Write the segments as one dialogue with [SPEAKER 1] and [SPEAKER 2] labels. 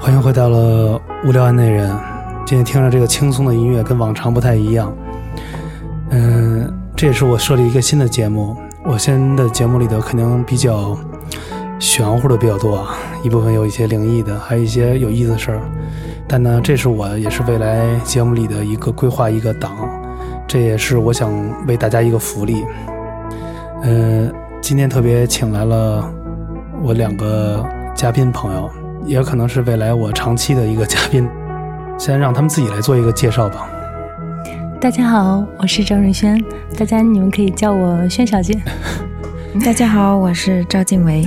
[SPEAKER 1] 欢迎回到了无聊案内人。今天听着这个轻松的音乐，跟往常不太一样。嗯，这也是我设立一个新的节目。我现在的节目里头肯定比较玄乎的比较多啊，一部分有一些灵异的，还有一些有意思的事儿。但呢，这是我也是未来节目里的一个规划，一个档，这也是我想为大家一个福利。嗯，今天特别请来了我两个嘉宾朋友，也可能是未来我长期的一个嘉宾， 先让他们自己来做一个介绍吧。
[SPEAKER 2] 大家好，我是张瑞轩，大家你们可以叫我轩小 姐。
[SPEAKER 3] 大家好，我是赵静维。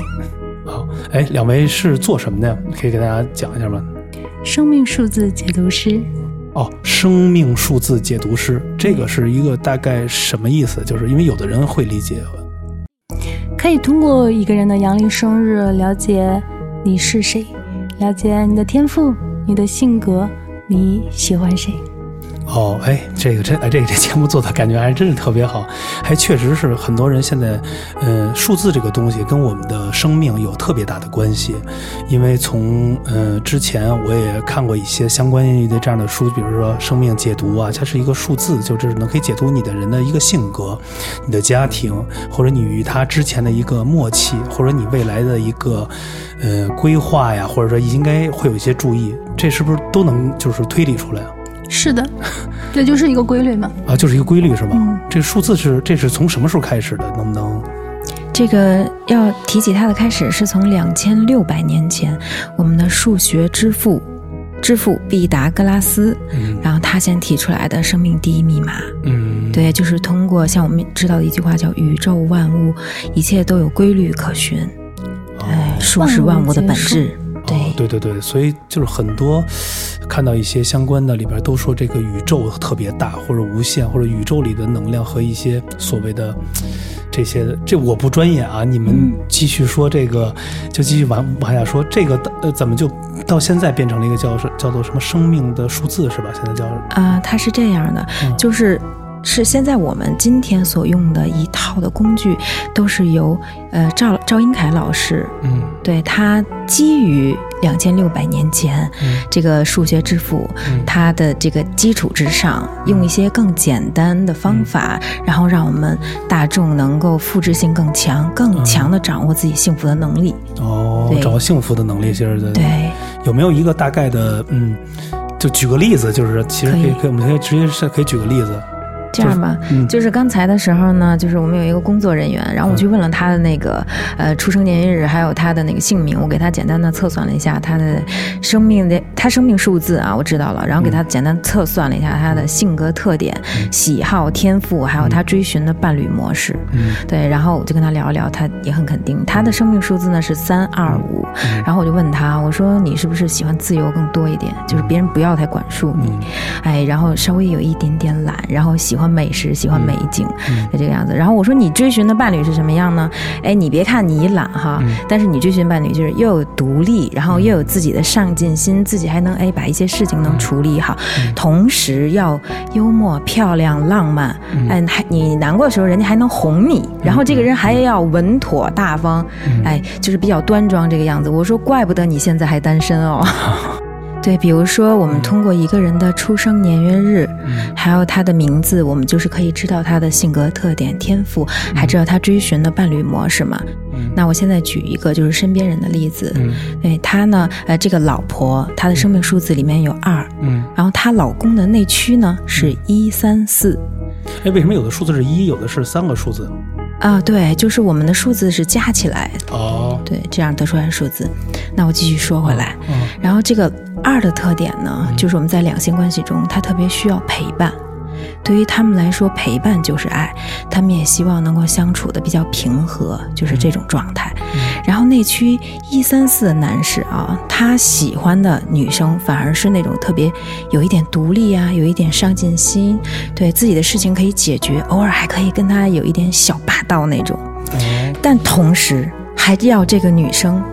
[SPEAKER 1] 好，哎，两位是做什么的呀？可以给大家讲一下吗？
[SPEAKER 2] 生命数字解读师，
[SPEAKER 1] 哦，生命数字解读师，这个是一个大概什么意思？就是因为有的人会理解，
[SPEAKER 2] 可以通过一个人的阳历生日了解你是谁，了解你的天赋、你的性格、你喜欢谁。
[SPEAKER 1] 哦，哎，这个这哎这个这节目做的感觉还真是特别好，还确实是很多人现在，呃，数字这个东西跟我们的生命有特别大的关系，因为从呃之前我也看过一些相关于的这样的书，比如说生命解读啊，它是一个数字，就是能可以解读你的人的一个性格、你的家庭，或者你与他之前的一个默契，或者你未来的一个呃规划呀，或者说应该会有一些注意，这是不是都能就是推理出来啊？
[SPEAKER 2] 是的， 这就是一个规律嘛。
[SPEAKER 1] 啊，就是一个规律是吧？
[SPEAKER 2] 嗯
[SPEAKER 1] 这数字是这是从什么时候开始的？能不能？
[SPEAKER 3] 这个要提起它的开始是从两千六百年前，我们的数学之父之父毕达哥拉斯，
[SPEAKER 1] 嗯
[SPEAKER 3] 然后他先提出来的生命第一密码。
[SPEAKER 1] 嗯，
[SPEAKER 3] 对，就是通过像我们知道的一句话叫“宇宙万物，一切都有规律可循”，
[SPEAKER 1] 哦，
[SPEAKER 3] 哎，数是万物的本质。对
[SPEAKER 1] 哦，对对对，所以就是很多看到一些相关的里边都说这个宇宙特别大，或者无限，或者宇宙里的能量和一些所谓的。这些这我不专业啊，你们
[SPEAKER 3] 嗯
[SPEAKER 1] 继续说这个，就继续往往下说这个呃，怎么就到现在变成了一个叫是叫做什么生命的数字是吧？现在叫
[SPEAKER 3] 啊，它是这样的，
[SPEAKER 1] 嗯
[SPEAKER 3] 就是是现在我们今天所用的一套的工具，都是由呃赵赵英凯老师，
[SPEAKER 1] 嗯
[SPEAKER 3] 对他基于两千六百年前
[SPEAKER 1] 嗯
[SPEAKER 3] 这个数学之父
[SPEAKER 1] 嗯
[SPEAKER 3] 他的这个基础之上，用一些更简单的方法，然后让我们大众能够复制性更强、更强的掌握自己幸福的能力。
[SPEAKER 1] 哦，
[SPEAKER 3] 对
[SPEAKER 1] 找幸福的能力其实在
[SPEAKER 3] 对，
[SPEAKER 1] 有没有一个大概的，嗯，就举个例子，就是其实可以，
[SPEAKER 3] 可以
[SPEAKER 1] 可以，我们可以直接是可以举个例子，
[SPEAKER 3] 这样吧，
[SPEAKER 1] 嗯，
[SPEAKER 3] 就是刚才的时候呢，就是我们有一个工作人员，然后我去问了他的那个呃出生年月日，还有他的那个姓名，我给他简单的测算了一下他的生命的他生命数字啊，我知道了，然后给他简单测算了一下他的性格特点、喜好、天赋，还有他追寻的伴侣模式。
[SPEAKER 1] 嗯
[SPEAKER 3] 对，然后我就跟他聊一聊，他也很肯定，他的生命数字呢是三二五
[SPEAKER 1] 嗯，
[SPEAKER 3] 然后我就问他，我说你是不是喜欢自由更多一点，就是别人不要太管束你，
[SPEAKER 1] 嗯
[SPEAKER 3] 哎，然后稍微有一点点懒，然后喜欢美食，喜欢美景，就这个样子。然后我说你追寻的伴侣是什么样呢？哎，你别看你懒哈，但是你追寻伴侣就是又有独立，然后又有自己的上进心，自己还能哎把一些事情能处理好，同时要幽默、漂亮、浪漫。哎，还你难过的时候，人家还能哄你，然后这个人还要稳妥大方，
[SPEAKER 1] 嗯
[SPEAKER 3] 哎，就是比较端庄这个样子。我说怪不得你现在还单身哦。 对，比如说我们通过一个人的出生年月日，
[SPEAKER 1] 嗯
[SPEAKER 3] 还有他的名字，我们就是可以知道他的性格特点、天赋，还知道他追寻的伴侣模式嘛。
[SPEAKER 1] 嗯
[SPEAKER 3] 那我现在举一个就是身边人的例子，
[SPEAKER 1] 嗯
[SPEAKER 3] 对他呢，呃，这个老婆她的生命数字里面有二，
[SPEAKER 1] 嗯，
[SPEAKER 3] 然后她老公的内驱呢是一三四。
[SPEAKER 1] 哎，为什么有的数字是一，有的是三个数字？
[SPEAKER 3] 啊，对，就是我们的数字是加起来，
[SPEAKER 1] 哦，
[SPEAKER 3] 对，这样得出来的数字。那我继续说回来，
[SPEAKER 1] 嗯
[SPEAKER 3] 然后这个二的特点呢，就是我们在两性关系中，他特别需要陪伴。对于他们来说，陪伴就是爱，他们也希望能够相处的比较平和，就是这种状态。然后内驱一三四的男士啊，他喜欢的女生反而是那种特别有一点独立啊，有一点上进心，对自己的事情可以解决，偶尔还可以跟他有一点小霸道那种。
[SPEAKER 1] 哦，
[SPEAKER 3] 但同时还要这个女生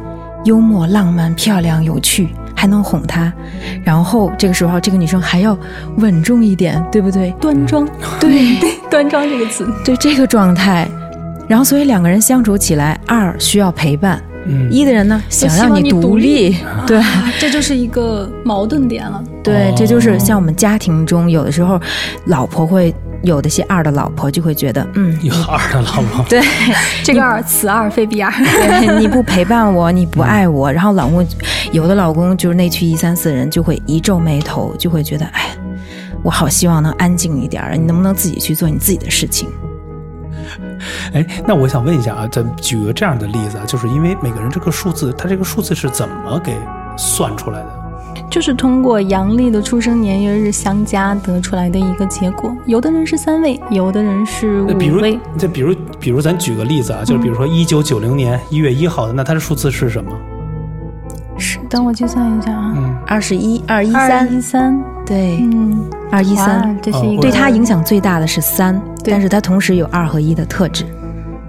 [SPEAKER 3] 幽默、浪漫、漂亮、有趣，还能哄她。然后这个时候，这个女生还要稳重一点，对不对？
[SPEAKER 2] 端庄，
[SPEAKER 3] 对
[SPEAKER 2] 端庄 这个词，
[SPEAKER 3] 对，这个状态。然后，所以两个人相处起来，二需要陪伴，
[SPEAKER 1] 嗯
[SPEAKER 3] 一的人呢
[SPEAKER 2] 就
[SPEAKER 3] 想
[SPEAKER 2] 希
[SPEAKER 3] 让
[SPEAKER 2] 望
[SPEAKER 3] 你
[SPEAKER 2] 你
[SPEAKER 3] 独
[SPEAKER 2] 独立
[SPEAKER 3] 立，对。
[SPEAKER 2] 啊这就是一个矛盾点了。
[SPEAKER 3] 对
[SPEAKER 1] 哦，
[SPEAKER 3] 这就是像我们家庭中有的时候，老婆会有的些二的老婆就会觉得，嗯，
[SPEAKER 1] 有二的老 婆，
[SPEAKER 3] 对，
[SPEAKER 2] 这个二，此二非彼二。
[SPEAKER 3] 对 你不陪伴我，你
[SPEAKER 2] 嗯
[SPEAKER 3] 不爱我，然后老公有的老公就是那区一三四人就会一皱眉头，就会觉得，哎，我好希望能安静一点儿，你能不能自己去做你自己的事情？
[SPEAKER 1] 哎，那我想问一下啊，咱举个这样的例子啊，就是因为每个人这个数字，它这个数字是怎么给算出来的？
[SPEAKER 2] 就是通过阳历的出生年月日相加得出来的一个结果。有的人是三位，有的人是
[SPEAKER 1] 那
[SPEAKER 2] 五
[SPEAKER 3] 嗯
[SPEAKER 1] 呃比如
[SPEAKER 2] 位。，
[SPEAKER 1] 这比如，比如咱举个例子啊，就是比如说一九九零年一月一号的，那它的数字是什么？
[SPEAKER 2] 是，等我计算一下啊，
[SPEAKER 1] 嗯，
[SPEAKER 3] 二十一、二一
[SPEAKER 2] 二
[SPEAKER 3] 三，
[SPEAKER 2] 一三，
[SPEAKER 3] 对，
[SPEAKER 2] 嗯，
[SPEAKER 3] 二一三
[SPEAKER 2] 哇，这是一
[SPEAKER 1] 哦
[SPEAKER 2] 个
[SPEAKER 3] 对他影响最大的是三，
[SPEAKER 2] 对
[SPEAKER 3] 但是他同时有二和一的特质。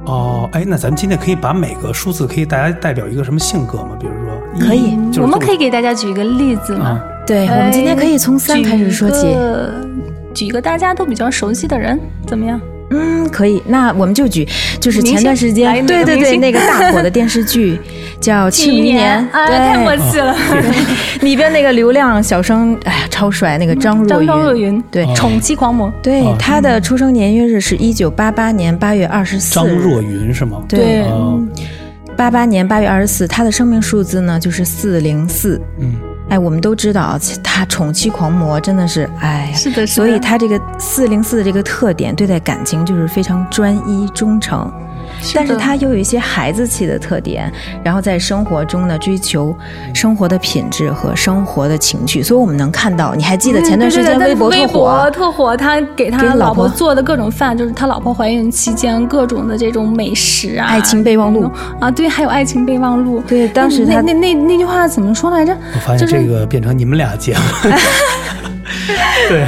[SPEAKER 1] 哦，哎，那咱们今天可以把每个数字可以大家代表一个什么性格吗？比如说一，
[SPEAKER 3] 可以
[SPEAKER 1] 就是
[SPEAKER 2] 我们
[SPEAKER 1] 这个
[SPEAKER 2] 可以给大家举一个例子嘛？
[SPEAKER 1] 啊，
[SPEAKER 3] 对，哎我们今天可以从三开始说起。
[SPEAKER 2] 哎。举一个举一个大家都比较熟悉的人，怎么样？
[SPEAKER 3] 嗯，可以。那我们就举，就是
[SPEAKER 2] 明
[SPEAKER 3] 前段
[SPEAKER 2] 星
[SPEAKER 3] 时
[SPEAKER 2] 来
[SPEAKER 3] 间，
[SPEAKER 2] 哪
[SPEAKER 3] 对
[SPEAKER 2] 个
[SPEAKER 3] 对
[SPEAKER 2] 明
[SPEAKER 3] 对，
[SPEAKER 2] 星
[SPEAKER 3] 那个大火的电视剧叫《庆余年》，嗯
[SPEAKER 2] 啊，太默契了。
[SPEAKER 3] 对，里边那个流量小生，哎呀，超帅，那个张若
[SPEAKER 2] 张
[SPEAKER 3] 昀，
[SPEAKER 2] 张若昀，
[SPEAKER 3] 对
[SPEAKER 1] 哦
[SPEAKER 2] 宠妻狂魔，
[SPEAKER 3] 对
[SPEAKER 1] 哦，
[SPEAKER 3] 他的出生年月日是一九八八年八月二十四，
[SPEAKER 1] 张若昀是吗？
[SPEAKER 3] 对，
[SPEAKER 1] 哦，
[SPEAKER 3] 八八年八月二十四，他的生命数字呢就是四零四。
[SPEAKER 1] 嗯，
[SPEAKER 3] 哎，我们都知道啊，他宠妻狂魔真的是，哎呀，
[SPEAKER 2] 是的，是
[SPEAKER 3] 所
[SPEAKER 2] 的
[SPEAKER 3] 以他这个四零四的这个特点，对待感情就是非常专一忠诚。但是
[SPEAKER 2] 的
[SPEAKER 3] 他又有一些孩子气的特点，然后在生活中呢追求生活的品质和生活的情趣，所以我们能看到，你还记得前段时间
[SPEAKER 2] 嗯对对对
[SPEAKER 3] 博特
[SPEAKER 2] 微
[SPEAKER 3] 火啊
[SPEAKER 2] 博，特火，他给
[SPEAKER 3] 给老
[SPEAKER 2] 他老婆
[SPEAKER 3] 婆
[SPEAKER 2] 做的各种饭，就是他老婆怀孕期间各种的这种美食啊，
[SPEAKER 3] 爱情备忘录
[SPEAKER 2] 啊，对，还有爱情备忘录。
[SPEAKER 3] 对，当时
[SPEAKER 2] 那
[SPEAKER 3] 他
[SPEAKER 2] 那那那那句话怎么说来着？
[SPEAKER 1] 我发现
[SPEAKER 2] 就是
[SPEAKER 1] 这个变成你们俩结了， 对，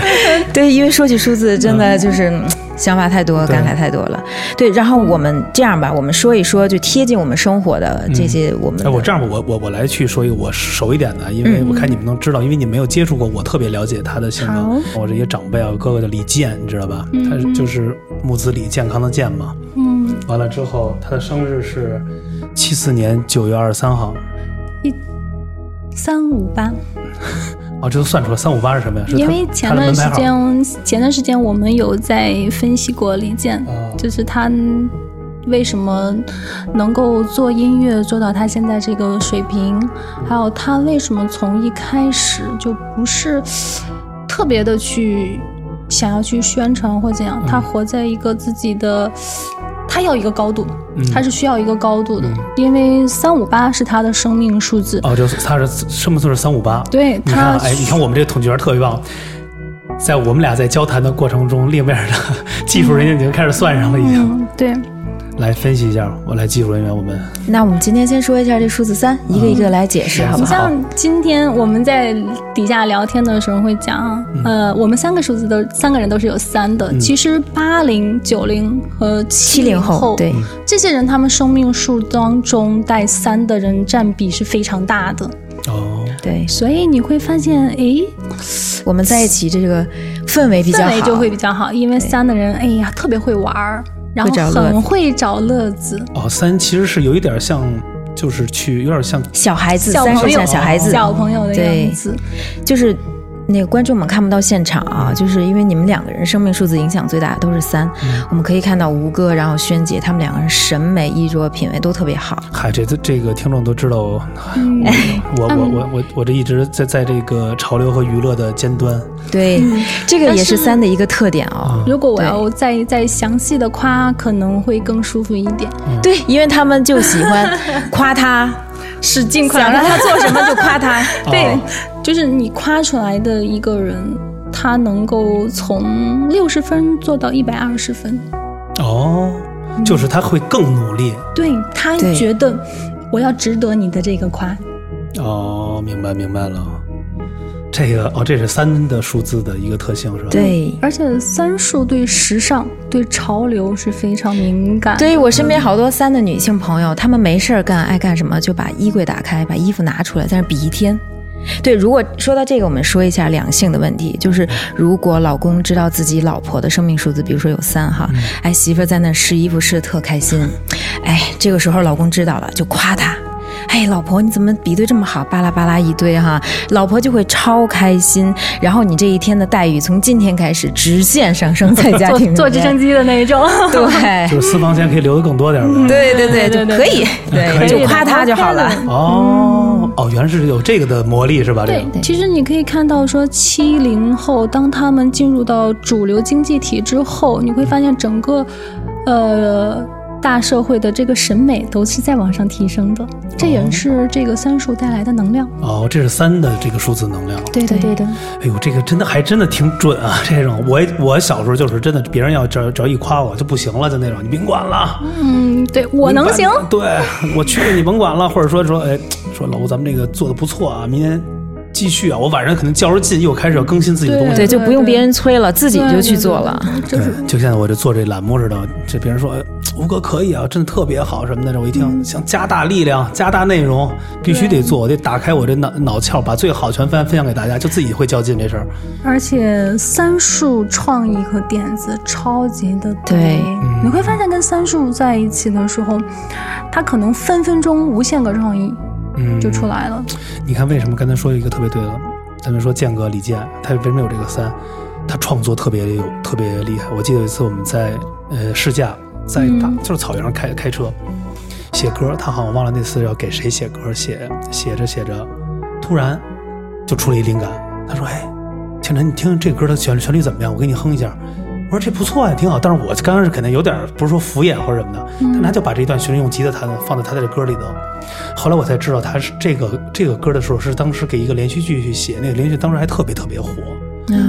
[SPEAKER 3] 对，因为说起数字，真的就是。嗯想法太多，
[SPEAKER 1] 对
[SPEAKER 3] 感慨太多了。对，然后我们这样吧，我们说一说就贴近我们生活的这些，
[SPEAKER 2] 嗯
[SPEAKER 3] 我们的
[SPEAKER 1] 哎，我这样吧，我我我来去说一个我熟一点的，因
[SPEAKER 2] 嗯
[SPEAKER 1] 为我看你们能知道，因为你没有接触过，我特别了解他的性
[SPEAKER 2] 好
[SPEAKER 1] 格。我这些长辈啊，我哥哥叫李健，你知道吧？他是就是木子李健康的健嘛。
[SPEAKER 2] 嗯，
[SPEAKER 1] 完了之后，他的生日是七四年九月二十三号。
[SPEAKER 2] 三五八。
[SPEAKER 1] 哦，这都算出来，三五八是什么呀？是他
[SPEAKER 2] 因为前段时间，前段时间我们有在分析过李健，
[SPEAKER 1] 哦
[SPEAKER 2] 就是他为什么能够做音乐做到他现在这个水平，还有他为什么从一开始就不是特别的去想要去宣传或怎样，
[SPEAKER 1] 嗯
[SPEAKER 2] 他活在一个自己的。他要一个高度，
[SPEAKER 1] 嗯
[SPEAKER 2] 他是需要一个高度的，因为三五八是他的生命数字，
[SPEAKER 1] 哦，就是他是生命数是三五八。
[SPEAKER 2] 对
[SPEAKER 1] 你看
[SPEAKER 2] 他
[SPEAKER 1] 啊，哎，你看我们这个统计员特别棒。在我们俩在交谈的过程中，另面的技术人员已经开始算上了，已经、
[SPEAKER 2] 嗯，对，
[SPEAKER 1] 来分析一下。我来技术人员，我们
[SPEAKER 3] 那我们今天先说一下这数字三，
[SPEAKER 2] 嗯
[SPEAKER 3] 一个一个来解释，好不
[SPEAKER 2] 你
[SPEAKER 3] 好？
[SPEAKER 2] 像今天我们在底下聊天的时候会讲，
[SPEAKER 3] 嗯
[SPEAKER 2] 呃，我们三个数字都三个人都是有三的。其实八零、九零和七
[SPEAKER 3] 七零
[SPEAKER 2] 零嗯
[SPEAKER 3] 后，对，
[SPEAKER 2] 这些人，他们生命数当中带三的人占比是非常大的。
[SPEAKER 1] 哦，
[SPEAKER 3] 对，
[SPEAKER 2] 所以你会发现，诶，
[SPEAKER 3] 我们在一起这个氛围比较
[SPEAKER 2] 氛
[SPEAKER 3] 好，
[SPEAKER 2] 围就会比较好，因为三的人，哎呀，特别会玩儿，然后
[SPEAKER 3] 会找乐子
[SPEAKER 2] 很会找乐子。
[SPEAKER 1] 哦，三其实是有一点像，就是去有点像
[SPEAKER 3] 小孩子，
[SPEAKER 2] 小
[SPEAKER 3] 三
[SPEAKER 2] 朋
[SPEAKER 3] 十
[SPEAKER 2] 友，
[SPEAKER 3] 像小孩子，
[SPEAKER 2] 小朋友的
[SPEAKER 3] 对
[SPEAKER 2] 样子，
[SPEAKER 3] 就是那个观众们看不到现场啊，
[SPEAKER 2] 嗯
[SPEAKER 3] 就是因为你们两个人生命数字影响最大的都是三，
[SPEAKER 2] 嗯
[SPEAKER 3] 我们可以看到吴哥，然后轩姐他们两个人审美、衣着、品味都特别好。
[SPEAKER 1] 嗨，这这这个听众都知道我，
[SPEAKER 2] 嗯
[SPEAKER 1] 我我我我我这一直在在这个潮流和娱乐的尖端，
[SPEAKER 3] 对，
[SPEAKER 2] 嗯
[SPEAKER 3] 这个也是
[SPEAKER 2] 但是
[SPEAKER 3] 三的一个特点哦。
[SPEAKER 2] 如果我
[SPEAKER 3] 对
[SPEAKER 2] 要再再详细的夸，可能会更舒服一点。
[SPEAKER 3] 对，因为他们就喜欢夸他，
[SPEAKER 2] 使劲夸
[SPEAKER 3] 想让他做什么就夸他。
[SPEAKER 2] 对
[SPEAKER 1] 哦，
[SPEAKER 2] 就是你夸出来的一个人，他能够从六十分做到一百二十分，
[SPEAKER 1] 哦，
[SPEAKER 2] 嗯
[SPEAKER 1] 就是他会更努力
[SPEAKER 2] 对他
[SPEAKER 3] 对
[SPEAKER 2] 觉得我要值得你的这个夸。
[SPEAKER 1] 哦，明白明白了，这个哦，这是三的数字的一个特性是吧？，
[SPEAKER 3] 对。
[SPEAKER 2] 而且三数对时尚、对潮流是非常敏感。
[SPEAKER 3] 对我身边好多三的女性朋友，她们没事儿干，爱干什么就把衣柜打开，把衣服拿出来，在那儿比一天。对，如果说到这个，我们说一下两性的问题，就是如果老公知道自己老婆的生命数字，比如说有三哈，哎，媳妇儿在那试衣服试得特开心，哎，这个时候老公知道了就夸她，哎，老婆你怎么比对这么好？巴拉巴拉一堆哈，老婆就会超开心。然后你这一天的待遇从今天开始直线上升，在家庭里
[SPEAKER 2] 坐直升
[SPEAKER 3] 机，
[SPEAKER 2] 机的那一种，
[SPEAKER 3] 对
[SPEAKER 1] 就是私房钱可以留的更多点儿呗。
[SPEAKER 3] 对对
[SPEAKER 2] 嗯对
[SPEAKER 3] 对，
[SPEAKER 2] 对
[SPEAKER 3] 就
[SPEAKER 2] 对
[SPEAKER 3] 可以，
[SPEAKER 1] 可
[SPEAKER 3] 对，
[SPEAKER 1] 以
[SPEAKER 3] 就
[SPEAKER 1] 的
[SPEAKER 3] 夸他就好了。
[SPEAKER 1] 哦哦，原来是有这个的魔力是吧？这
[SPEAKER 2] 对
[SPEAKER 1] 个，
[SPEAKER 2] 其实你可以看到，说七零后，当他们进入到主流经济体之后，你会发现整个，呃，大社会的这个审美都是在往上提升的，这也是这个三数带来的能量。
[SPEAKER 1] 哦，这是三的这个数字能量。
[SPEAKER 2] 对的，
[SPEAKER 3] 对
[SPEAKER 2] 对的，
[SPEAKER 1] 哎呦，这个真的还真的挺准啊！这种我也我小时候就是真的，别人要只要只要一夸我就不行了，就那种你甭管了，
[SPEAKER 2] 嗯，对我
[SPEAKER 1] 你
[SPEAKER 2] 能
[SPEAKER 1] 把
[SPEAKER 2] 行。。
[SPEAKER 1] 对我去你甭管了，或者说说哎说老吴咱们这个做的不错啊，明天继续啊，我晚上可能较着劲又开始要更新自己的东西
[SPEAKER 3] 对，
[SPEAKER 1] 了。
[SPEAKER 3] 就不用
[SPEAKER 2] 对对
[SPEAKER 3] 别人催了，自己
[SPEAKER 2] 对
[SPEAKER 3] 就
[SPEAKER 2] 对
[SPEAKER 3] 去
[SPEAKER 2] 对
[SPEAKER 3] 做了。
[SPEAKER 2] 这是
[SPEAKER 1] 就现在我就做这栏目似的，这别人说哎吴哥可以啊，真的特别好什么的，我一
[SPEAKER 2] 嗯
[SPEAKER 1] 听想加大力量、加大内容，必须得做，我得打开我这脑脑壳，把最好全分分享给大家，就自己会较劲这事儿。
[SPEAKER 2] 而且三树创意和点子超级的多
[SPEAKER 3] 对，
[SPEAKER 2] 你会发现跟三树在一起的时候，他可能分分钟无限个创意
[SPEAKER 1] 嗯，
[SPEAKER 2] 就出来了。
[SPEAKER 1] 你看，为什么刚才说一个特别对的？咱们说间隔李健，他为什么有这个三？他创作特别有特别厉害。我记得有一次我们在呃试驾，在大、就是草原上开开车，写歌，他好像忘了那次要给谁写歌，写写着写着，突然就出了一灵感，他说：“哎，倩晨，你听这歌的旋律旋律怎么样？我给你哼一下。”我说这不错呀、挺好。但是我刚开始肯定有点儿不是说敷衍或者什么的，但他就把这一段旋律用吉他弹的放在他的歌里头。后来我才知道，他是这个这个歌的时候是当时给一个连续剧去写，那个连续剧当时还特别特别火，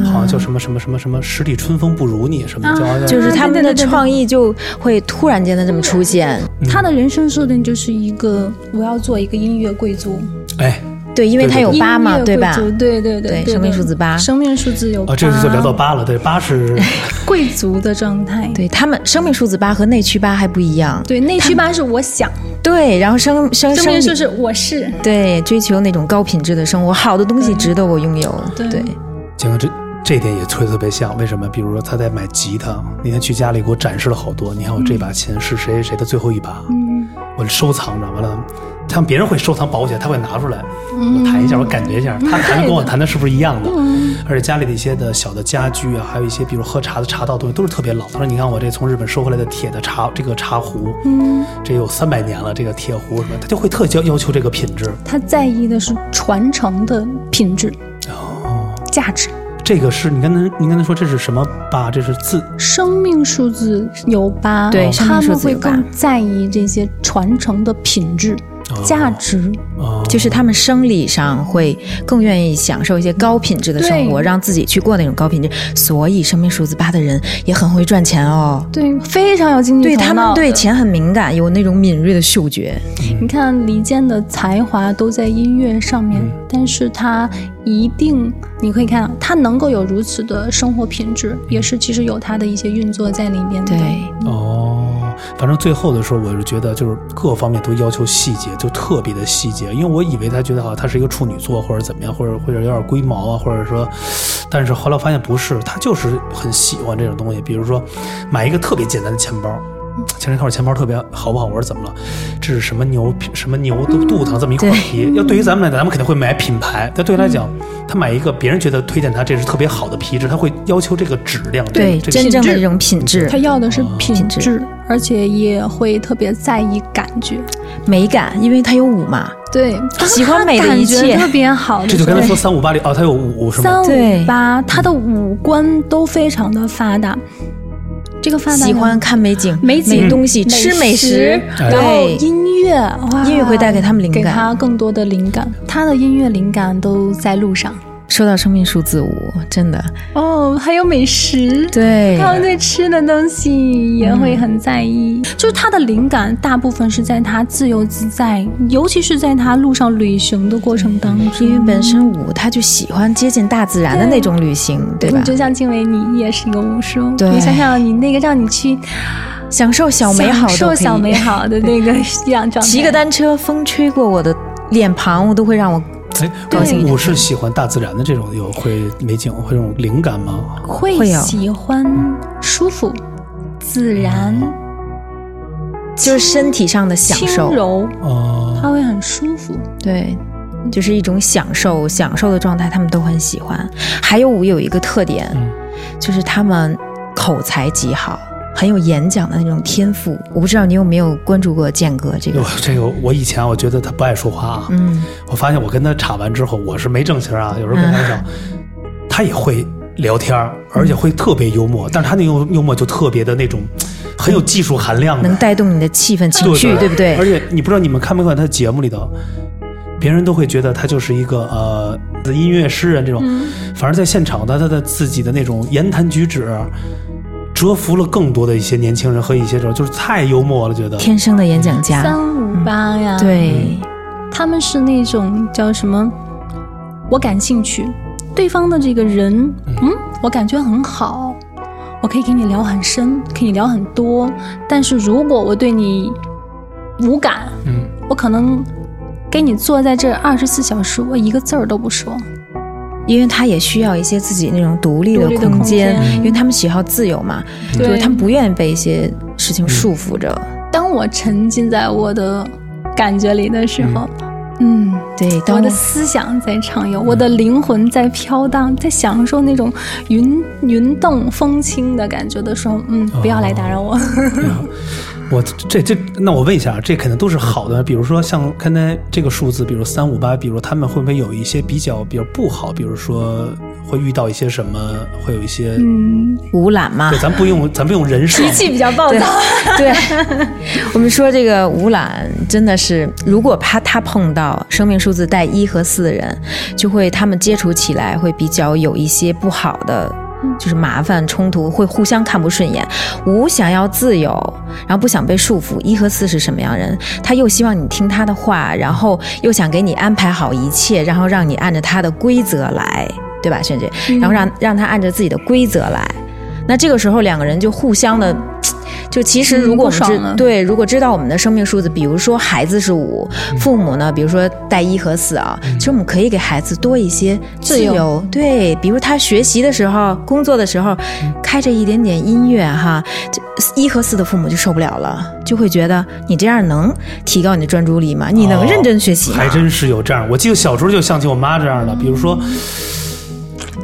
[SPEAKER 1] 好像叫什么什么什么什么“十里春风不如你”什么的，叫、
[SPEAKER 2] 啊
[SPEAKER 3] 就是他们的
[SPEAKER 2] 对对对对
[SPEAKER 3] 创意就会突然间的这么出现。
[SPEAKER 1] 嗯
[SPEAKER 2] 他的人生设定就是一个我要做一个音乐贵族，
[SPEAKER 1] 哎
[SPEAKER 3] 对，因为他有八嘛，
[SPEAKER 2] 音乐
[SPEAKER 3] 对吧
[SPEAKER 2] 贵？族对对
[SPEAKER 3] 对
[SPEAKER 2] 对对，
[SPEAKER 3] 生命数字八
[SPEAKER 2] 生命数字有
[SPEAKER 1] 啊，
[SPEAKER 2] 八，
[SPEAKER 1] 这就聊到八了，对，八是
[SPEAKER 2] 贵族的状态。
[SPEAKER 3] 对他们生命数字八和内驱八还不一样。
[SPEAKER 2] 对，内驱八是我想，
[SPEAKER 3] 对，然后生生
[SPEAKER 2] 生
[SPEAKER 3] 生
[SPEAKER 2] 命
[SPEAKER 3] 命
[SPEAKER 2] 数是我是，
[SPEAKER 3] 对追求那种高品质的生活，好的东西值得我拥有。
[SPEAKER 2] 对
[SPEAKER 3] 对，
[SPEAKER 1] 结果这这点也特特别像，为什么？比如说他在买吉他，那天去家里给我展示了好多，你看我这把琴是谁谁谁的最后一把，
[SPEAKER 2] 嗯
[SPEAKER 1] 我收藏着，完了，像别人会收藏保险，他会拿出来，我弹一下，我感觉一下，他弹跟我弹的是不是一样的？而且家里的一些的小的家具啊，还有一些比如喝茶的茶道东西都是特别老。他说：“你看我这从日本收回来的铁的茶，这个茶壶，这有三百年了，这个铁壶什么，他就会特要要求这个品质。
[SPEAKER 2] 他在意的是传承的品质、
[SPEAKER 1] 哦
[SPEAKER 2] 价值。
[SPEAKER 1] 这个是你刚才你刚才说这是什么吧？这是自
[SPEAKER 2] 生命数字有八，
[SPEAKER 3] 对生命
[SPEAKER 2] 他
[SPEAKER 3] 数
[SPEAKER 2] 们
[SPEAKER 3] 字
[SPEAKER 2] 会
[SPEAKER 3] 有八
[SPEAKER 2] 更在意这些传承的品质、价值。
[SPEAKER 1] 哦，
[SPEAKER 3] 就是他们生理上会更愿意享受一些高品质的生活，
[SPEAKER 2] 对
[SPEAKER 3] 让自己去过那种高品质。所以生命数字八的人也很会赚钱哦。
[SPEAKER 2] 对，非常有经济
[SPEAKER 3] 对
[SPEAKER 2] 头
[SPEAKER 3] 他们
[SPEAKER 2] 脑
[SPEAKER 3] 对钱很敏感，有那种敏锐的嗅觉。
[SPEAKER 2] 你看李健的才华都在音乐上面，
[SPEAKER 3] 嗯
[SPEAKER 2] 但是他一定，你可以看他能够有如此的生活品质，也是其实有他的一些运作在里面的。
[SPEAKER 3] 嗯对，
[SPEAKER 1] 哦，反正最后的时候，我是觉得就是各方面都要求细节，就特别的细节。因为我以为他觉得好像他是一个处女座或者怎么样，或者或者有点龟毛啊，或者说， 但是后来我发现不是，他就是很喜欢这种东西。比如说，买一个特别简单的钱包，
[SPEAKER 3] 嗯
[SPEAKER 1] 前人看我钱包特别好不好，我说怎么了？这是什么牛什么牛肚肚疼这么一块皮？要对于咱们来讲，咱们肯定会买品牌，但对他来讲，
[SPEAKER 3] 嗯
[SPEAKER 1] 他买一个别人觉得推荐他这是特别好的皮质，他会要求这个质量，
[SPEAKER 3] 对，
[SPEAKER 1] 这个
[SPEAKER 3] 真正的这种品质嗯
[SPEAKER 2] 他、要的是品质，
[SPEAKER 3] 品质
[SPEAKER 2] 而且也会特别在意感觉。
[SPEAKER 3] 美感，因为它有五嘛。
[SPEAKER 2] 对，
[SPEAKER 3] 喜欢美的一切
[SPEAKER 2] 当他感觉特别好的时
[SPEAKER 1] 这
[SPEAKER 2] 候。
[SPEAKER 1] 就刚才
[SPEAKER 3] 嗯
[SPEAKER 1] 说三五八零哦，它有五是
[SPEAKER 2] 三
[SPEAKER 1] 吗？
[SPEAKER 2] 五八，他的五官都非常的发达，这个发达
[SPEAKER 3] 喜欢看美景、
[SPEAKER 2] 美景
[SPEAKER 3] 东西、吃美食，
[SPEAKER 2] 然后
[SPEAKER 3] 对，
[SPEAKER 2] 音乐，哇，
[SPEAKER 3] 音乐会带给他们灵感
[SPEAKER 2] 给他更多的灵感。他的音乐灵感都在路上。
[SPEAKER 3] 说到生命数字五，真的
[SPEAKER 2] 哦，还有美食，
[SPEAKER 3] 对
[SPEAKER 2] 他们对吃的东西也会很在意。就是他的灵感大部分是在他自由自在，尤其是在他路上旅行的过程当中。
[SPEAKER 3] 因为本身五他就喜欢接近大自然的那种旅行，对吧
[SPEAKER 2] 你？就像静伟，你也是一个武术，
[SPEAKER 3] 对
[SPEAKER 2] 你想想，你那个让你去
[SPEAKER 3] 享受小美好，
[SPEAKER 2] 享受小美，好的那个样状态，
[SPEAKER 3] 骑个单车，风吹过我的脸庞，我都会让我
[SPEAKER 1] 哎，
[SPEAKER 3] 高兴一点
[SPEAKER 1] 我是喜欢大自然的这种，有会美景，会这种灵感吗？
[SPEAKER 2] 会
[SPEAKER 3] 会有
[SPEAKER 2] 喜欢舒服、自然、
[SPEAKER 3] 就是身体上的享受
[SPEAKER 2] 轻，柔，
[SPEAKER 1] 哦，
[SPEAKER 2] 它会很舒服。
[SPEAKER 3] 对，就是一种享受，享受的状态，他们都很喜欢。还有我有一个特点，
[SPEAKER 1] 嗯
[SPEAKER 3] 就是他们口才极好，很有演讲的那种天赋。我不知道你有没有关注过健哥这个
[SPEAKER 1] 哟，，这个我以前我觉得他不爱说话啊，
[SPEAKER 3] 嗯，
[SPEAKER 1] 我发现我跟他吵完之后，我是没正形啊，有时候跟他吵，他也会聊天儿，而
[SPEAKER 3] 嗯
[SPEAKER 1] 且会特别幽默，但是他那幽幽默就特别的那种很有技术含量的
[SPEAKER 3] 能，带动你的气氛情
[SPEAKER 1] 对
[SPEAKER 3] 绪，对不对
[SPEAKER 1] 而？且你不知道你们看没看他的节目里头，别人都会觉得他就是一个呃音乐诗人这种，
[SPEAKER 3] 嗯
[SPEAKER 1] 反而在现场的他的自己的那种言谈举止，折服了更多的一些年轻人和一些这种，就是太幽默了，觉得
[SPEAKER 3] 天生的演讲家，
[SPEAKER 2] 三五八呀，，
[SPEAKER 3] 嗯对，
[SPEAKER 2] 他们是那种叫什么？我感兴趣，对方的这个人，嗯，我感觉很好，我可以跟你聊很深，可以聊很多。但是如果我对你无感，
[SPEAKER 1] 嗯，
[SPEAKER 2] 我可能给你坐在这二十四小时，我一个字儿都不说。
[SPEAKER 3] 因为他也需要一些自己那种独立的
[SPEAKER 2] 独立的
[SPEAKER 3] 空
[SPEAKER 2] 空
[SPEAKER 3] 间，
[SPEAKER 2] 间
[SPEAKER 3] 因为他们喜好自由嘛，
[SPEAKER 2] 对
[SPEAKER 3] 就是他们不愿意被一些事情束缚着。
[SPEAKER 1] 嗯
[SPEAKER 2] 当我沉浸在我的感觉里的时候，嗯。
[SPEAKER 3] 对，当
[SPEAKER 2] 我的思想在畅游，我的灵魂在飘荡，在享受那种云云动风轻的感觉的时候，嗯，不要来打扰我。
[SPEAKER 1] 我这这，那我问一下，这肯定都是好的。比如说像刚才这个数字，比如三五八，比如他们会不会有一些比较比较不好？比如说会遇到一些什么，会有一些，
[SPEAKER 2] 嗯，
[SPEAKER 3] 无懒嘛
[SPEAKER 1] 对，，咱不用咱不用人设啊
[SPEAKER 2] 脾，气比较暴
[SPEAKER 3] 对
[SPEAKER 2] 躁，
[SPEAKER 3] 对， 我们说这个吴懒真的是，如果怕他碰到生命数字带一和四的人，就会他们接触起来会比较有一些不好的。
[SPEAKER 2] 嗯
[SPEAKER 3] 就是麻烦冲突会互相看不顺眼，五想要自由，然后不想被束缚。一和四是什么样人？他又希望你听他的话，然后又想给你安排好一切，然后让你按照他的规则来，对吧，萱姐？
[SPEAKER 2] 嗯
[SPEAKER 3] 然后让让他按照自己的规则来。那这个时候两个人就互相的，就其实如果我们
[SPEAKER 2] 嗯嗯不
[SPEAKER 3] 知、
[SPEAKER 2] 爽了
[SPEAKER 3] 对，如果知道我们的生命数字，比如说孩子是五，父母呢，比如说带一和四啊，其实我们可以给孩子多一些自由。
[SPEAKER 2] 自
[SPEAKER 3] 对，比如他学习的时候、工作的时候，开着一点点音乐哈，这一和四的父母就受不了了，就会觉得你这样能提高你的专注力吗？你能认哦真学习吗？
[SPEAKER 1] 还真是有这样。我记得小时候就像起我妈这样的，比如说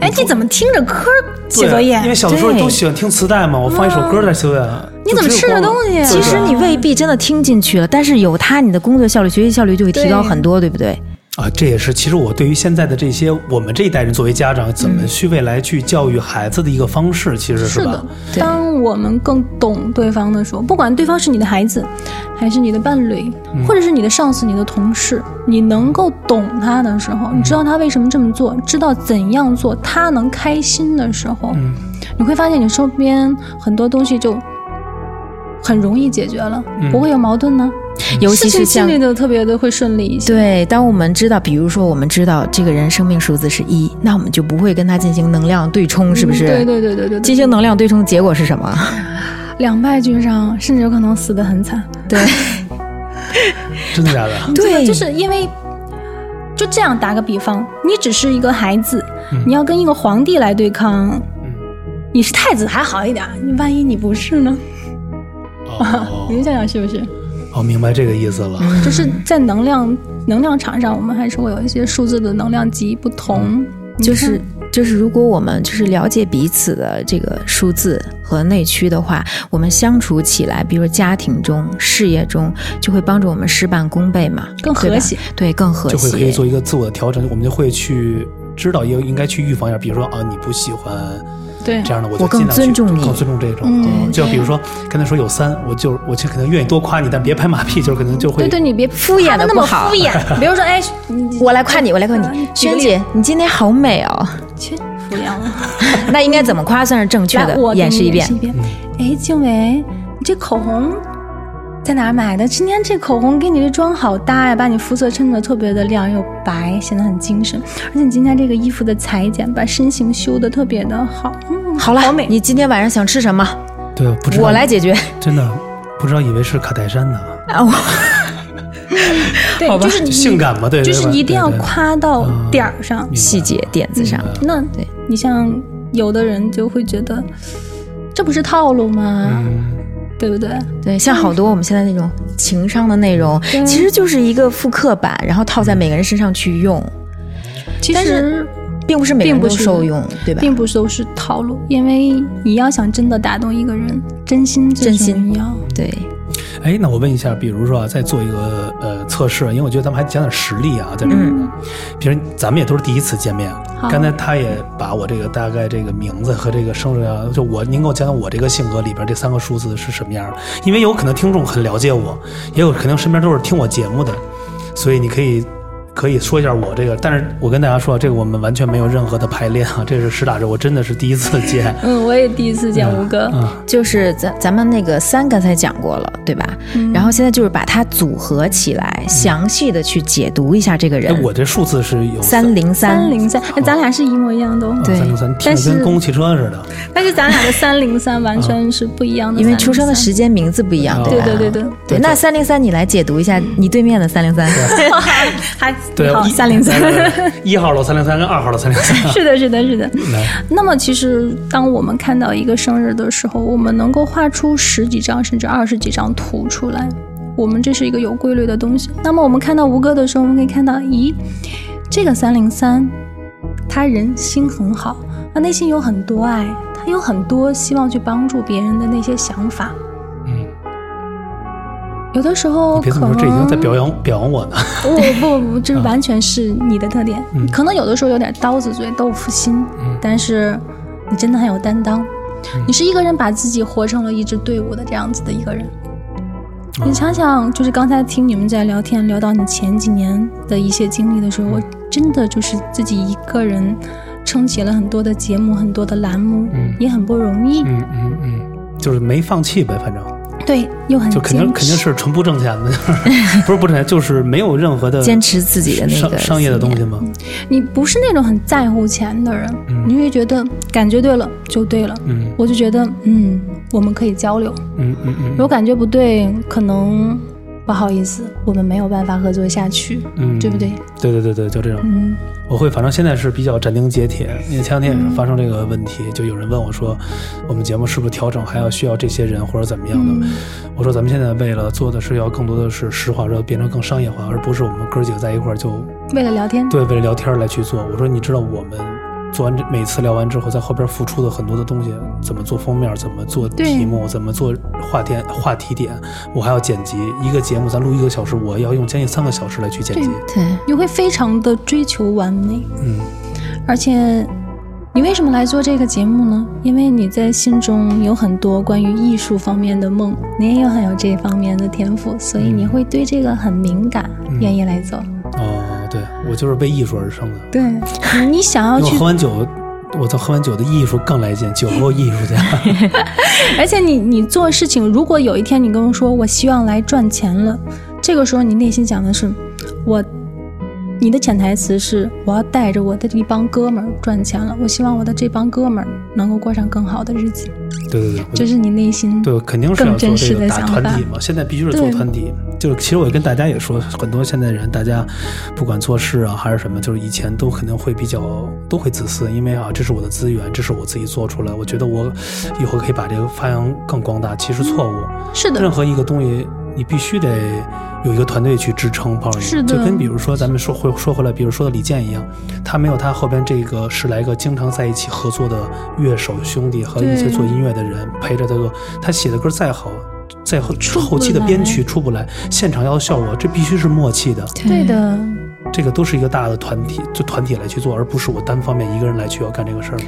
[SPEAKER 4] 哎，你怎么听着歌儿
[SPEAKER 1] 对
[SPEAKER 4] 写作业
[SPEAKER 1] 因？为小的时候都喜欢听磁带嘛，我放一首歌在写作业。
[SPEAKER 2] 嗯你怎么
[SPEAKER 1] 就只
[SPEAKER 2] 吃
[SPEAKER 1] 有
[SPEAKER 2] 着
[SPEAKER 1] 光
[SPEAKER 2] 东西？
[SPEAKER 1] 对
[SPEAKER 3] 其实你未必真的听进去了，但是有它，你的工作效率、学习效率就会提高
[SPEAKER 2] 对
[SPEAKER 3] 很多，对不对？
[SPEAKER 1] 啊，这也是其实我对于现在的这些我们这一代人作为家长，怎么去未来去教育孩子的一个方式，其实
[SPEAKER 2] 嗯是
[SPEAKER 1] 吧？
[SPEAKER 2] 的，
[SPEAKER 3] 对
[SPEAKER 2] 当我们更懂对方的时候，不管对方是你的孩子，还是你的伴侣，或者是你的上司、你的同事，你能够懂他的时候，你知道他为什么这么做，知道怎样做，他能开心的时候，
[SPEAKER 1] 嗯
[SPEAKER 2] 你会发现你身边很多东西就很容易解决了，
[SPEAKER 1] 嗯
[SPEAKER 2] 不会有矛盾呢、
[SPEAKER 3] 尤其是
[SPEAKER 2] 事情
[SPEAKER 3] 像
[SPEAKER 2] 处理的特别的会顺利一些。
[SPEAKER 3] 对，当我们知道，比如说我们知道这个人生命数字是一，那我们就不会跟他进行能量对冲，是不是？
[SPEAKER 2] 嗯对对对对对
[SPEAKER 3] 进
[SPEAKER 2] 对，
[SPEAKER 3] 行能量对冲，结果是什么？
[SPEAKER 2] 两败俱伤，甚至有可能死得很惨。
[SPEAKER 3] 对
[SPEAKER 1] 真的假的？
[SPEAKER 3] 对，
[SPEAKER 2] 就是因为就这样打个比方，你只是一个孩子，
[SPEAKER 3] 嗯
[SPEAKER 2] 你要跟一个皇帝来对抗，
[SPEAKER 1] 嗯
[SPEAKER 2] 你是太子还好一点，你万一你不是呢？你
[SPEAKER 1] 哦，
[SPEAKER 2] 们想想是不是？
[SPEAKER 1] 我明白这个意思了。
[SPEAKER 2] 就是在能量能量场上，我们还是会有一些数字的能量级不
[SPEAKER 3] 嗯
[SPEAKER 2] 同，你
[SPEAKER 3] 就
[SPEAKER 2] 看
[SPEAKER 3] 是就是，如果我们就是了解彼此的这个数字和内驱的话，我们相处起来，比如家庭中、事业中，就会帮助我们事半功倍嘛，
[SPEAKER 2] 更
[SPEAKER 3] 对吧
[SPEAKER 2] 和谐，
[SPEAKER 3] 对，更和
[SPEAKER 1] 就会可以
[SPEAKER 3] 谐。
[SPEAKER 1] 做一个自我的调整，我们就会去知道，应应该去预防一下。比如说啊，你不喜欢
[SPEAKER 2] 对
[SPEAKER 1] 这样的，我
[SPEAKER 3] 我
[SPEAKER 1] 就
[SPEAKER 3] 更
[SPEAKER 1] 尽量去
[SPEAKER 3] 尊重你
[SPEAKER 1] 更尊重这种。
[SPEAKER 2] 嗯
[SPEAKER 1] 就比如说刚才说有三，我就我就可能愿意多夸你，但别拍马屁，就是可能就会
[SPEAKER 2] 对对，你别
[SPEAKER 3] 敷衍
[SPEAKER 2] 夸得
[SPEAKER 3] 得
[SPEAKER 2] 那
[SPEAKER 3] 不
[SPEAKER 2] 么
[SPEAKER 3] 好
[SPEAKER 2] 敷衍。比如说，哎，你
[SPEAKER 3] 我来夸你，我来夸你，萱姐，你今天好美哦。
[SPEAKER 2] 去敷衍我。
[SPEAKER 3] 那应该怎么夸算是正确
[SPEAKER 2] 来，我
[SPEAKER 3] 的？
[SPEAKER 2] 给
[SPEAKER 3] 演
[SPEAKER 2] 你
[SPEAKER 3] 示一遍。
[SPEAKER 2] 哎，静伟，你这口红在哪儿买的？今天这口红跟你这妆好搭呀，把你肤色衬得特别的亮又白，显得很精神。而且你今天这个衣服的裁剪，把身形修得特别的好。嗯，
[SPEAKER 3] 好了，
[SPEAKER 2] 好美。
[SPEAKER 3] 你今天晚上想吃什么？
[SPEAKER 1] 对，不知道
[SPEAKER 3] 我来解决。
[SPEAKER 1] 真的不知道以为是卡戴珊呢，
[SPEAKER 3] 啊，我
[SPEAKER 2] 对，
[SPEAKER 3] 好吧
[SPEAKER 2] 就是你
[SPEAKER 1] 性，感嘛，对，
[SPEAKER 2] 嗯就是
[SPEAKER 1] 对吧
[SPEAKER 2] 一定要
[SPEAKER 1] 对对
[SPEAKER 2] 夸到点儿上。
[SPEAKER 1] 明白
[SPEAKER 3] 细节点子上，
[SPEAKER 2] 那
[SPEAKER 3] 对
[SPEAKER 2] 你像有的人就会觉得，这不是套路吗？
[SPEAKER 1] 嗯，
[SPEAKER 2] 对不对？
[SPEAKER 3] 对，像好多我们现在那种情商的内容，
[SPEAKER 2] 对
[SPEAKER 3] 其实就是一个复刻版，然后套在每个人身上去用，
[SPEAKER 2] 其
[SPEAKER 3] 但
[SPEAKER 2] 实
[SPEAKER 3] 是并不是每个人都受用，对吧？
[SPEAKER 2] 并不是都是套路，因为你要想真的打动一个人，真心
[SPEAKER 3] 真心
[SPEAKER 2] 你要
[SPEAKER 3] 对，
[SPEAKER 1] 哎，那我问一下，比如说啊，再做一个呃测试，因为我觉得咱们还得讲点实例啊，在这里面。比如咱们也都是第一次见面，
[SPEAKER 2] 好
[SPEAKER 1] 刚才他也把我这个大概这个名字和这个生日啊，就我您给我讲讲我这个性格里边这三个数字是什么样的，因为有可能听众很了解我，也有可能身边都是听我节目的，所以你可以。可以说一下我这个，但是我跟大家说，这个我们完全没有任何的排练啊，这是实打实，我真的是第一次见。
[SPEAKER 2] 嗯，我也第一次见吴哥，
[SPEAKER 1] 嗯，
[SPEAKER 3] 就是咱咱们那个三刚才讲过了，对吧？然后现在就是把它组合起来，详细的去解读一下这个
[SPEAKER 1] 哎，
[SPEAKER 3] 人。
[SPEAKER 1] 我这数字是有
[SPEAKER 3] 三零
[SPEAKER 2] 三
[SPEAKER 3] 三，
[SPEAKER 2] 零三，哎咱俩是一模一样的哦，
[SPEAKER 3] 对
[SPEAKER 1] 三零三，听
[SPEAKER 2] 但
[SPEAKER 1] 着
[SPEAKER 2] 是
[SPEAKER 1] 跟公共汽车似的。
[SPEAKER 2] 但是咱俩的三零三完全是不一样的303，
[SPEAKER 3] 嗯因为出生的时间名字不一样，
[SPEAKER 1] 哦
[SPEAKER 3] 吧？
[SPEAKER 2] 对对对对
[SPEAKER 1] 对
[SPEAKER 3] 对，那三零三你来解读一下你对面的三零三，
[SPEAKER 1] 嗯
[SPEAKER 2] 还
[SPEAKER 1] 对，
[SPEAKER 2] 好
[SPEAKER 1] 一嗯
[SPEAKER 2] 三 零三，
[SPEAKER 1] 对一号楼三零三跟二号楼三零 三。
[SPEAKER 2] 是的，是的，是的。
[SPEAKER 1] 来，
[SPEAKER 2] 那么，其实当我们看到一个生日的时候，我们能够画出十几张甚至二十几张图出来，我们这是一个有规律的东西。那么，我们看到吴哥的时候，我们可以看到，咦，这个三零三，他人心很好，他内心有很多爱，他有很多希望去帮助别人的那些想法。
[SPEAKER 1] 嗯，
[SPEAKER 2] 有的时候
[SPEAKER 1] 你别这
[SPEAKER 2] 可
[SPEAKER 1] 么
[SPEAKER 2] 能
[SPEAKER 1] 说，这已经在表扬表扬我呢。
[SPEAKER 2] 不不 不，这完全是你的特点。
[SPEAKER 1] 啊嗯
[SPEAKER 2] 可能有的时候有点刀子嘴豆腐心，
[SPEAKER 1] 嗯
[SPEAKER 2] 但是你真的很有担当。你是一个人把自己活成了一支队伍的这样子的一个人。
[SPEAKER 1] 哦
[SPEAKER 2] 你想想，就是刚才听你们在聊天聊到你前几年的一些经历的时候，我
[SPEAKER 1] 嗯
[SPEAKER 2] 真的就是自己一个人撑起了很多的节目、很多的栏目，
[SPEAKER 1] 嗯
[SPEAKER 2] 也很不容易。
[SPEAKER 1] 嗯嗯嗯，就是没放弃呗，反正
[SPEAKER 2] 对，又很
[SPEAKER 1] 就肯定
[SPEAKER 2] 坚
[SPEAKER 1] 肯定
[SPEAKER 2] 持。
[SPEAKER 1] 是纯不挣钱的，不是不挣钱，就是没有任何的
[SPEAKER 3] 坚持自己的那个
[SPEAKER 1] 商商业的东
[SPEAKER 3] 信
[SPEAKER 1] 西嘛。
[SPEAKER 2] 你不是那种很在乎钱的人，
[SPEAKER 1] 嗯
[SPEAKER 2] 你会觉得感觉对了就对了。
[SPEAKER 1] 嗯
[SPEAKER 2] 我就觉得，嗯，我们可以交流。
[SPEAKER 1] 嗯嗯嗯
[SPEAKER 2] 如果感觉不对，可能不好意思，我们没有办法合作下去。
[SPEAKER 1] 嗯，
[SPEAKER 2] 对不对？
[SPEAKER 1] 对对对对，就这种。
[SPEAKER 2] 嗯，
[SPEAKER 1] 我会，反正现在是比较斩钉截铁。因为前两天也是发生这个问题，就有人问我说，我们节目是不是调整还要需要这些人或者怎么样
[SPEAKER 2] 嗯
[SPEAKER 1] 的？我说咱们现在为了做的是要更多的是实话，要变成更商业化，而不是我们哥儿几个在一块儿就
[SPEAKER 2] 为了聊天，
[SPEAKER 1] 对为了聊天儿来去做。我说你知道我们做完这每次聊完之后，在后边付出的很多的东西，怎么做封面，怎么做
[SPEAKER 2] 对
[SPEAKER 1] 题目，怎么做话点话题点，我还要剪辑一个节目，咱录一个小时，我要用将近三个小时来去剪辑。
[SPEAKER 3] 对，
[SPEAKER 2] 你会非常的追求完美，
[SPEAKER 1] 嗯
[SPEAKER 2] 而且。你为什么来做这个节目呢？因为你在心中有很多关于艺术方面的梦，你也有很有这方面的天赋，所以你会对这个很敏感，
[SPEAKER 1] 嗯
[SPEAKER 2] 愿意来做。
[SPEAKER 1] 哦，对我就是为艺术而生的。
[SPEAKER 2] 对，你你想要
[SPEAKER 1] 因为
[SPEAKER 2] 去
[SPEAKER 1] 我喝完酒，我到喝完酒的艺术更来劲，酒后艺术家。
[SPEAKER 2] 而且你你做事情，如果有一天你跟我说我希望来赚钱了，这个时候你内心想的是，我，你的潜台词是我要带着我的一帮哥们儿赚钱了，我希望我的这帮哥们儿能够过上更好的日子，
[SPEAKER 1] 对对对，我
[SPEAKER 2] 这是你内心
[SPEAKER 1] 对，肯定是要
[SPEAKER 2] 嗯更
[SPEAKER 1] 做
[SPEAKER 2] 真实
[SPEAKER 1] 这个
[SPEAKER 2] 的
[SPEAKER 1] 打
[SPEAKER 2] 想
[SPEAKER 1] 团
[SPEAKER 2] 法
[SPEAKER 1] 体嘛。现在必须是做
[SPEAKER 2] 对
[SPEAKER 1] 团体。就是其实我跟大家也说，很多现在人，大家不管做事啊还是什么，就是以前都可能会比较都会自私，因为啊，这是我的资源，这是我自己做出来，我觉得我以后可以把这个发扬更广大。其实错误，
[SPEAKER 2] 是
[SPEAKER 1] 任
[SPEAKER 2] 的，
[SPEAKER 1] 何一个东西，你必须得有一个团队去支撑帮你。
[SPEAKER 2] 是的
[SPEAKER 1] 就跟比如说咱们说回说回来，比如说的李健一样，他没有他后边这个十来个经常在一起合作的乐手兄弟和一些
[SPEAKER 2] 对
[SPEAKER 1] 做音乐的人陪着他做，他写的歌再好。再后
[SPEAKER 2] 出不
[SPEAKER 1] 后期的
[SPEAKER 2] 来
[SPEAKER 1] 编曲出不来，现场要效果，这必须是默契的。
[SPEAKER 2] 对的，
[SPEAKER 1] 这个都是一个大的团体，就团体来去做，而不是我单方面一个人来去要干这个事儿嘛。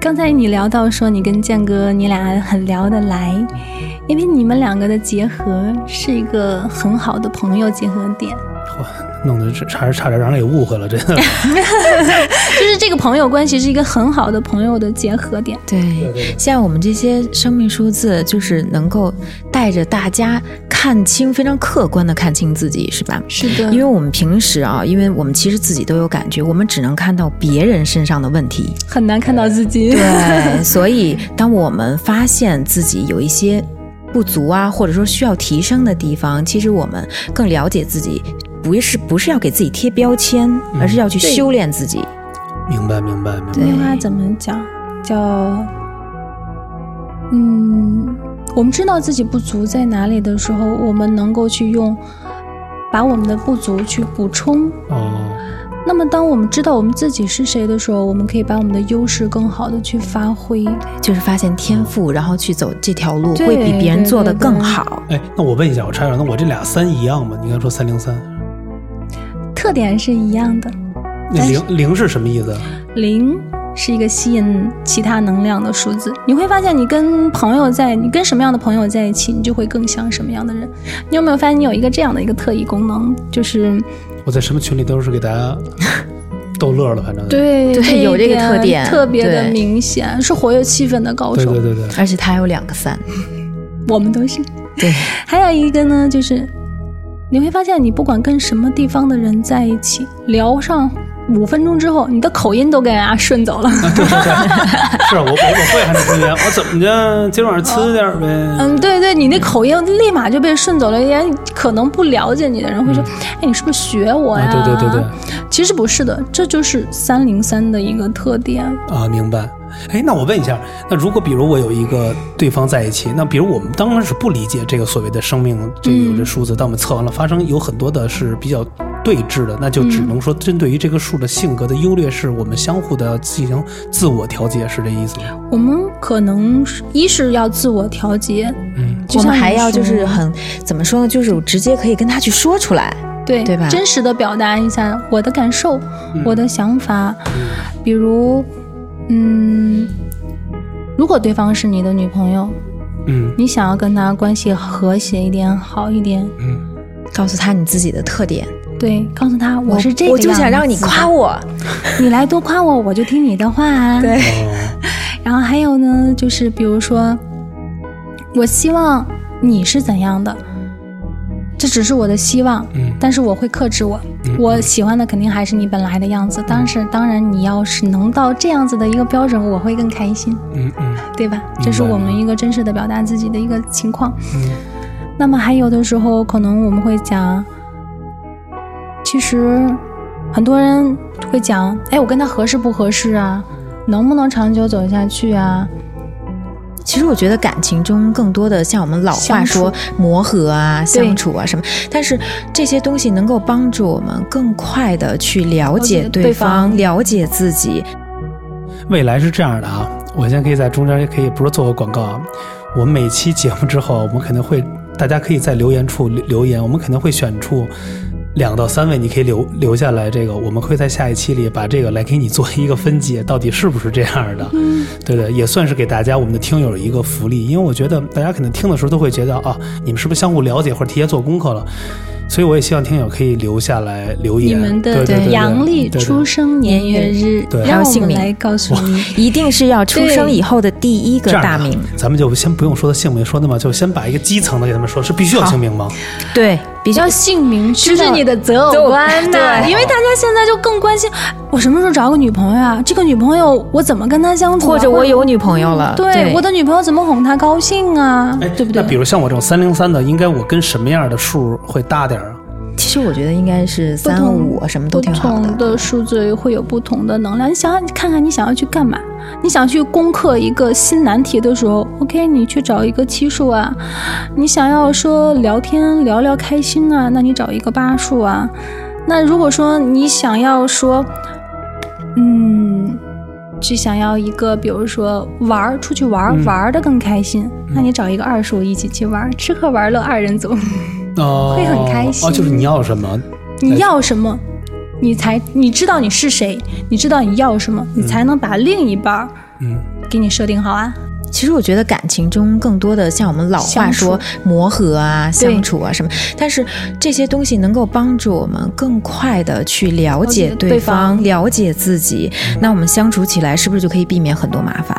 [SPEAKER 2] 刚才你聊到说你跟建哥你俩很聊得来，因为你们两个的结合是一个很好的朋友结合点。
[SPEAKER 1] 哇，弄得这差差点让人给误会了，真 的。
[SPEAKER 2] 就是这个朋友关系是一个很好的朋友的结合点。
[SPEAKER 3] 对，像我们这些生命数字，就是能够带着大家看清，非常客观的看清自己，是吧？
[SPEAKER 2] 是的
[SPEAKER 3] 因为我们平时啊，因为我们其实自己都有感觉，我们只能看到别人身上的问题。
[SPEAKER 2] 很难看到自己。
[SPEAKER 3] 对， 所以当我们发现自己有一些不足啊，或者说需要提升的地方，其实我们更了解自己，不是不是要给自己贴标签，而是要去
[SPEAKER 2] 对
[SPEAKER 3] 修炼自己。
[SPEAKER 1] 明白，明白，明白。
[SPEAKER 3] 对
[SPEAKER 2] 那话怎么讲？叫嗯，我们知道自己不足在哪里的时候，我们能够去用把我们的不足去补充。
[SPEAKER 1] 哦，
[SPEAKER 2] 那么，当我们知道我们自己是谁的时候，我们可以把我们的优势更好的去发挥。
[SPEAKER 3] 就是发现天赋，然后去走这条路，
[SPEAKER 2] 对
[SPEAKER 3] 会比别人做的
[SPEAKER 2] 对对
[SPEAKER 3] 更
[SPEAKER 2] 对
[SPEAKER 3] 好。
[SPEAKER 1] 哎，那我问一下，我插一下，那我这俩三一样吗？你刚说三零三，
[SPEAKER 2] 特点是一样的，
[SPEAKER 1] 那
[SPEAKER 2] 但是
[SPEAKER 1] 零零是什么意思？
[SPEAKER 2] 零是一个吸引其他能量的数字。你会发现，你跟朋友在，你跟什么样的朋友在一起，你就会更像什么样的人。你有没有发现，你有一个这样的一个特异功能，就是
[SPEAKER 1] 我在什么群里都是给大 家逗乐了，反正
[SPEAKER 2] 对
[SPEAKER 3] 对
[SPEAKER 2] 一
[SPEAKER 3] 有这个特点
[SPEAKER 2] 特别的
[SPEAKER 3] 对
[SPEAKER 2] 明显，是活跃气氛的高
[SPEAKER 1] 对
[SPEAKER 2] 手。
[SPEAKER 1] 对对对，
[SPEAKER 3] 而且他还有两个三，
[SPEAKER 2] 我们都是。
[SPEAKER 3] 对，
[SPEAKER 2] 还有一个呢，就是你会发现，你不管跟什么地方的人在一起，聊上五分钟之后，你的口音都给人家顺走了。
[SPEAKER 1] 啊对对对， 是我我我会还是不会？我怎么着？今晚上吃点儿呗。
[SPEAKER 2] 嗯，对对，你那口音立马就被顺走了，人家可能不了解你的人会说：“哎，你是不是学我呀？”
[SPEAKER 1] 嗯啊，对对对对，
[SPEAKER 2] 其实不是的，这就是三零三的一个特点。
[SPEAKER 1] 啊，明白。哎，那我问一下，那如果比如我有一个对方在一起，那比如我们当然是不理解这个所谓的生命这个有
[SPEAKER 2] 嗯
[SPEAKER 1] 这数字，但我们测完了，发生有很多的是比较对峙的，那就只
[SPEAKER 2] 嗯
[SPEAKER 1] 能说针对于这个数的性格的优劣势，我们相互的进行自我调节，是这意思吗？
[SPEAKER 2] 我们可能是一是要自我调节，
[SPEAKER 1] 嗯，
[SPEAKER 2] 就
[SPEAKER 3] 我们
[SPEAKER 2] 像
[SPEAKER 3] 还
[SPEAKER 2] 你
[SPEAKER 3] 要就
[SPEAKER 2] 说
[SPEAKER 3] 是
[SPEAKER 2] 的
[SPEAKER 3] 很怎么说呢？就是我直接可以跟他去说出来。
[SPEAKER 2] 对
[SPEAKER 3] 对吧
[SPEAKER 2] 真实的表达一下我的感受、我的想法，比如，嗯，如果对方是你的女朋友，
[SPEAKER 1] 嗯
[SPEAKER 2] 你想要跟她关系和谐一点、好一点，
[SPEAKER 1] 嗯，
[SPEAKER 3] 告诉他你自己的特点，
[SPEAKER 2] 对，告诉她我是这个
[SPEAKER 3] 我就想
[SPEAKER 2] 样
[SPEAKER 3] 让你
[SPEAKER 2] 子
[SPEAKER 3] 夸，我。
[SPEAKER 2] 你来多夸我，我就听你的话啊。
[SPEAKER 3] 对
[SPEAKER 1] 哦，
[SPEAKER 2] 然后还有呢，就是比如说，我希望你是怎样的，这只是我的希望，
[SPEAKER 1] 嗯
[SPEAKER 2] 但是我会克制我，我喜欢的肯定还是你本来的样子。但是当然，你要是能到这样子的一个标准，我会更开心，
[SPEAKER 1] 嗯嗯
[SPEAKER 2] 对吧？这是我们一个真实的表达自己的一个情况。
[SPEAKER 1] 嗯
[SPEAKER 2] 那么还有的时候，可能我们会讲，其实很多人会讲，哎，我跟他合适不合适啊？能不能长久走下去啊？
[SPEAKER 3] 其实我觉得感情中更多的像我们老话说磨合啊、相处啊什么，但是这些东西能够帮助我们更快的去了
[SPEAKER 2] 了
[SPEAKER 3] 解
[SPEAKER 2] 解
[SPEAKER 3] 对
[SPEAKER 2] 对
[SPEAKER 3] 方、
[SPEAKER 2] 方
[SPEAKER 3] 了解自己。
[SPEAKER 1] 未来是这样的啊，我现在可以在中间也可以不是做个广告啊，我们每期节目之后，我们可能会大家可以在留言处留留言，我们可能会选出两到三位，你可以留留下来这个，我们会在下一期里把这个来给你做一个分解，到底是不是这样的？
[SPEAKER 2] 嗯
[SPEAKER 1] 对对，也算是给大家我们的听友一个福利，因为我觉得大家可能听的时候都会觉得啊，你们是不是相互了解或者提前做功课了？所以我也希望听友可以留下来留
[SPEAKER 2] 你
[SPEAKER 1] 言，
[SPEAKER 2] 们
[SPEAKER 1] 对
[SPEAKER 2] 的
[SPEAKER 1] 对对对
[SPEAKER 2] 阳历
[SPEAKER 1] 对对
[SPEAKER 2] 出生年月日
[SPEAKER 1] 对，
[SPEAKER 3] 还有
[SPEAKER 2] 让我
[SPEAKER 3] 姓
[SPEAKER 2] 们
[SPEAKER 3] 名
[SPEAKER 2] 来告诉你。
[SPEAKER 3] 一定是要出
[SPEAKER 2] 对
[SPEAKER 3] 生以后的第一个
[SPEAKER 1] 这样的
[SPEAKER 3] 大
[SPEAKER 1] 啊
[SPEAKER 3] 名，
[SPEAKER 1] 咱们就先不用说姓名，说那么就先把一个基层的给他们说，是必须有姓名吗？
[SPEAKER 3] 对，比较
[SPEAKER 2] 要姓名，
[SPEAKER 3] 知
[SPEAKER 2] 这
[SPEAKER 3] 道
[SPEAKER 2] 是你的择
[SPEAKER 3] 择偶
[SPEAKER 2] 偶观呐、
[SPEAKER 3] 对
[SPEAKER 2] 因为大家现在就更关心，我什么时候找个女朋友啊？这个女朋友我怎么跟她相处啊、
[SPEAKER 3] 或者我有女朋友了，
[SPEAKER 2] 嗯对我的女朋友怎么哄她高兴啊？
[SPEAKER 1] 哎，
[SPEAKER 2] 对不对
[SPEAKER 1] 那？比如像我这种三零三的，应该我跟什么样的数会搭点儿啊？
[SPEAKER 3] 其实我觉得应该是
[SPEAKER 2] 不
[SPEAKER 3] 三
[SPEAKER 2] 同
[SPEAKER 3] 五啊，什么都挺好
[SPEAKER 2] 不
[SPEAKER 3] 的
[SPEAKER 2] 同。的数字会有不同的能量。你想想，你看看你想要去干嘛？你想去攻克一个新难题的时候，OK，你去找一个七数啊；你想要说聊天聊聊开心啊，那你找一个八数啊。那如果说你想要说，嗯，去想要一个，比如说玩儿，出去玩儿、玩儿的更开心，那你找一个二数一起去玩儿，吃喝玩乐二人组。
[SPEAKER 1] 哦，
[SPEAKER 2] 会很开心
[SPEAKER 1] 哦，就是你要什么？
[SPEAKER 2] 你要什么，你才你知道你是谁，你知道你要什么，你才能把另一半儿
[SPEAKER 1] 嗯，
[SPEAKER 2] 给你设定好啊。
[SPEAKER 3] 其实我觉得感情中更多的像我们老话说磨合啊、
[SPEAKER 2] 对
[SPEAKER 3] 相处啊什么，但是这些东西能够帮助我们更快的去了解
[SPEAKER 2] 了解
[SPEAKER 3] 对
[SPEAKER 2] 对
[SPEAKER 3] 方、
[SPEAKER 2] 方嗯
[SPEAKER 3] 了解自己，那我们相处起来是不是就可以避免很多麻烦？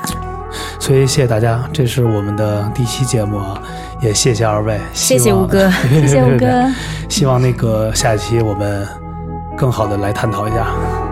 [SPEAKER 1] 所以谢谢大家，这是我们的第一期节目啊，也谢谢二位，
[SPEAKER 3] 谢谢
[SPEAKER 1] 希望
[SPEAKER 3] 吴哥，
[SPEAKER 1] 谢
[SPEAKER 2] 谢谢吴哥，
[SPEAKER 1] 希望那个下一期我们更好的来探讨一下。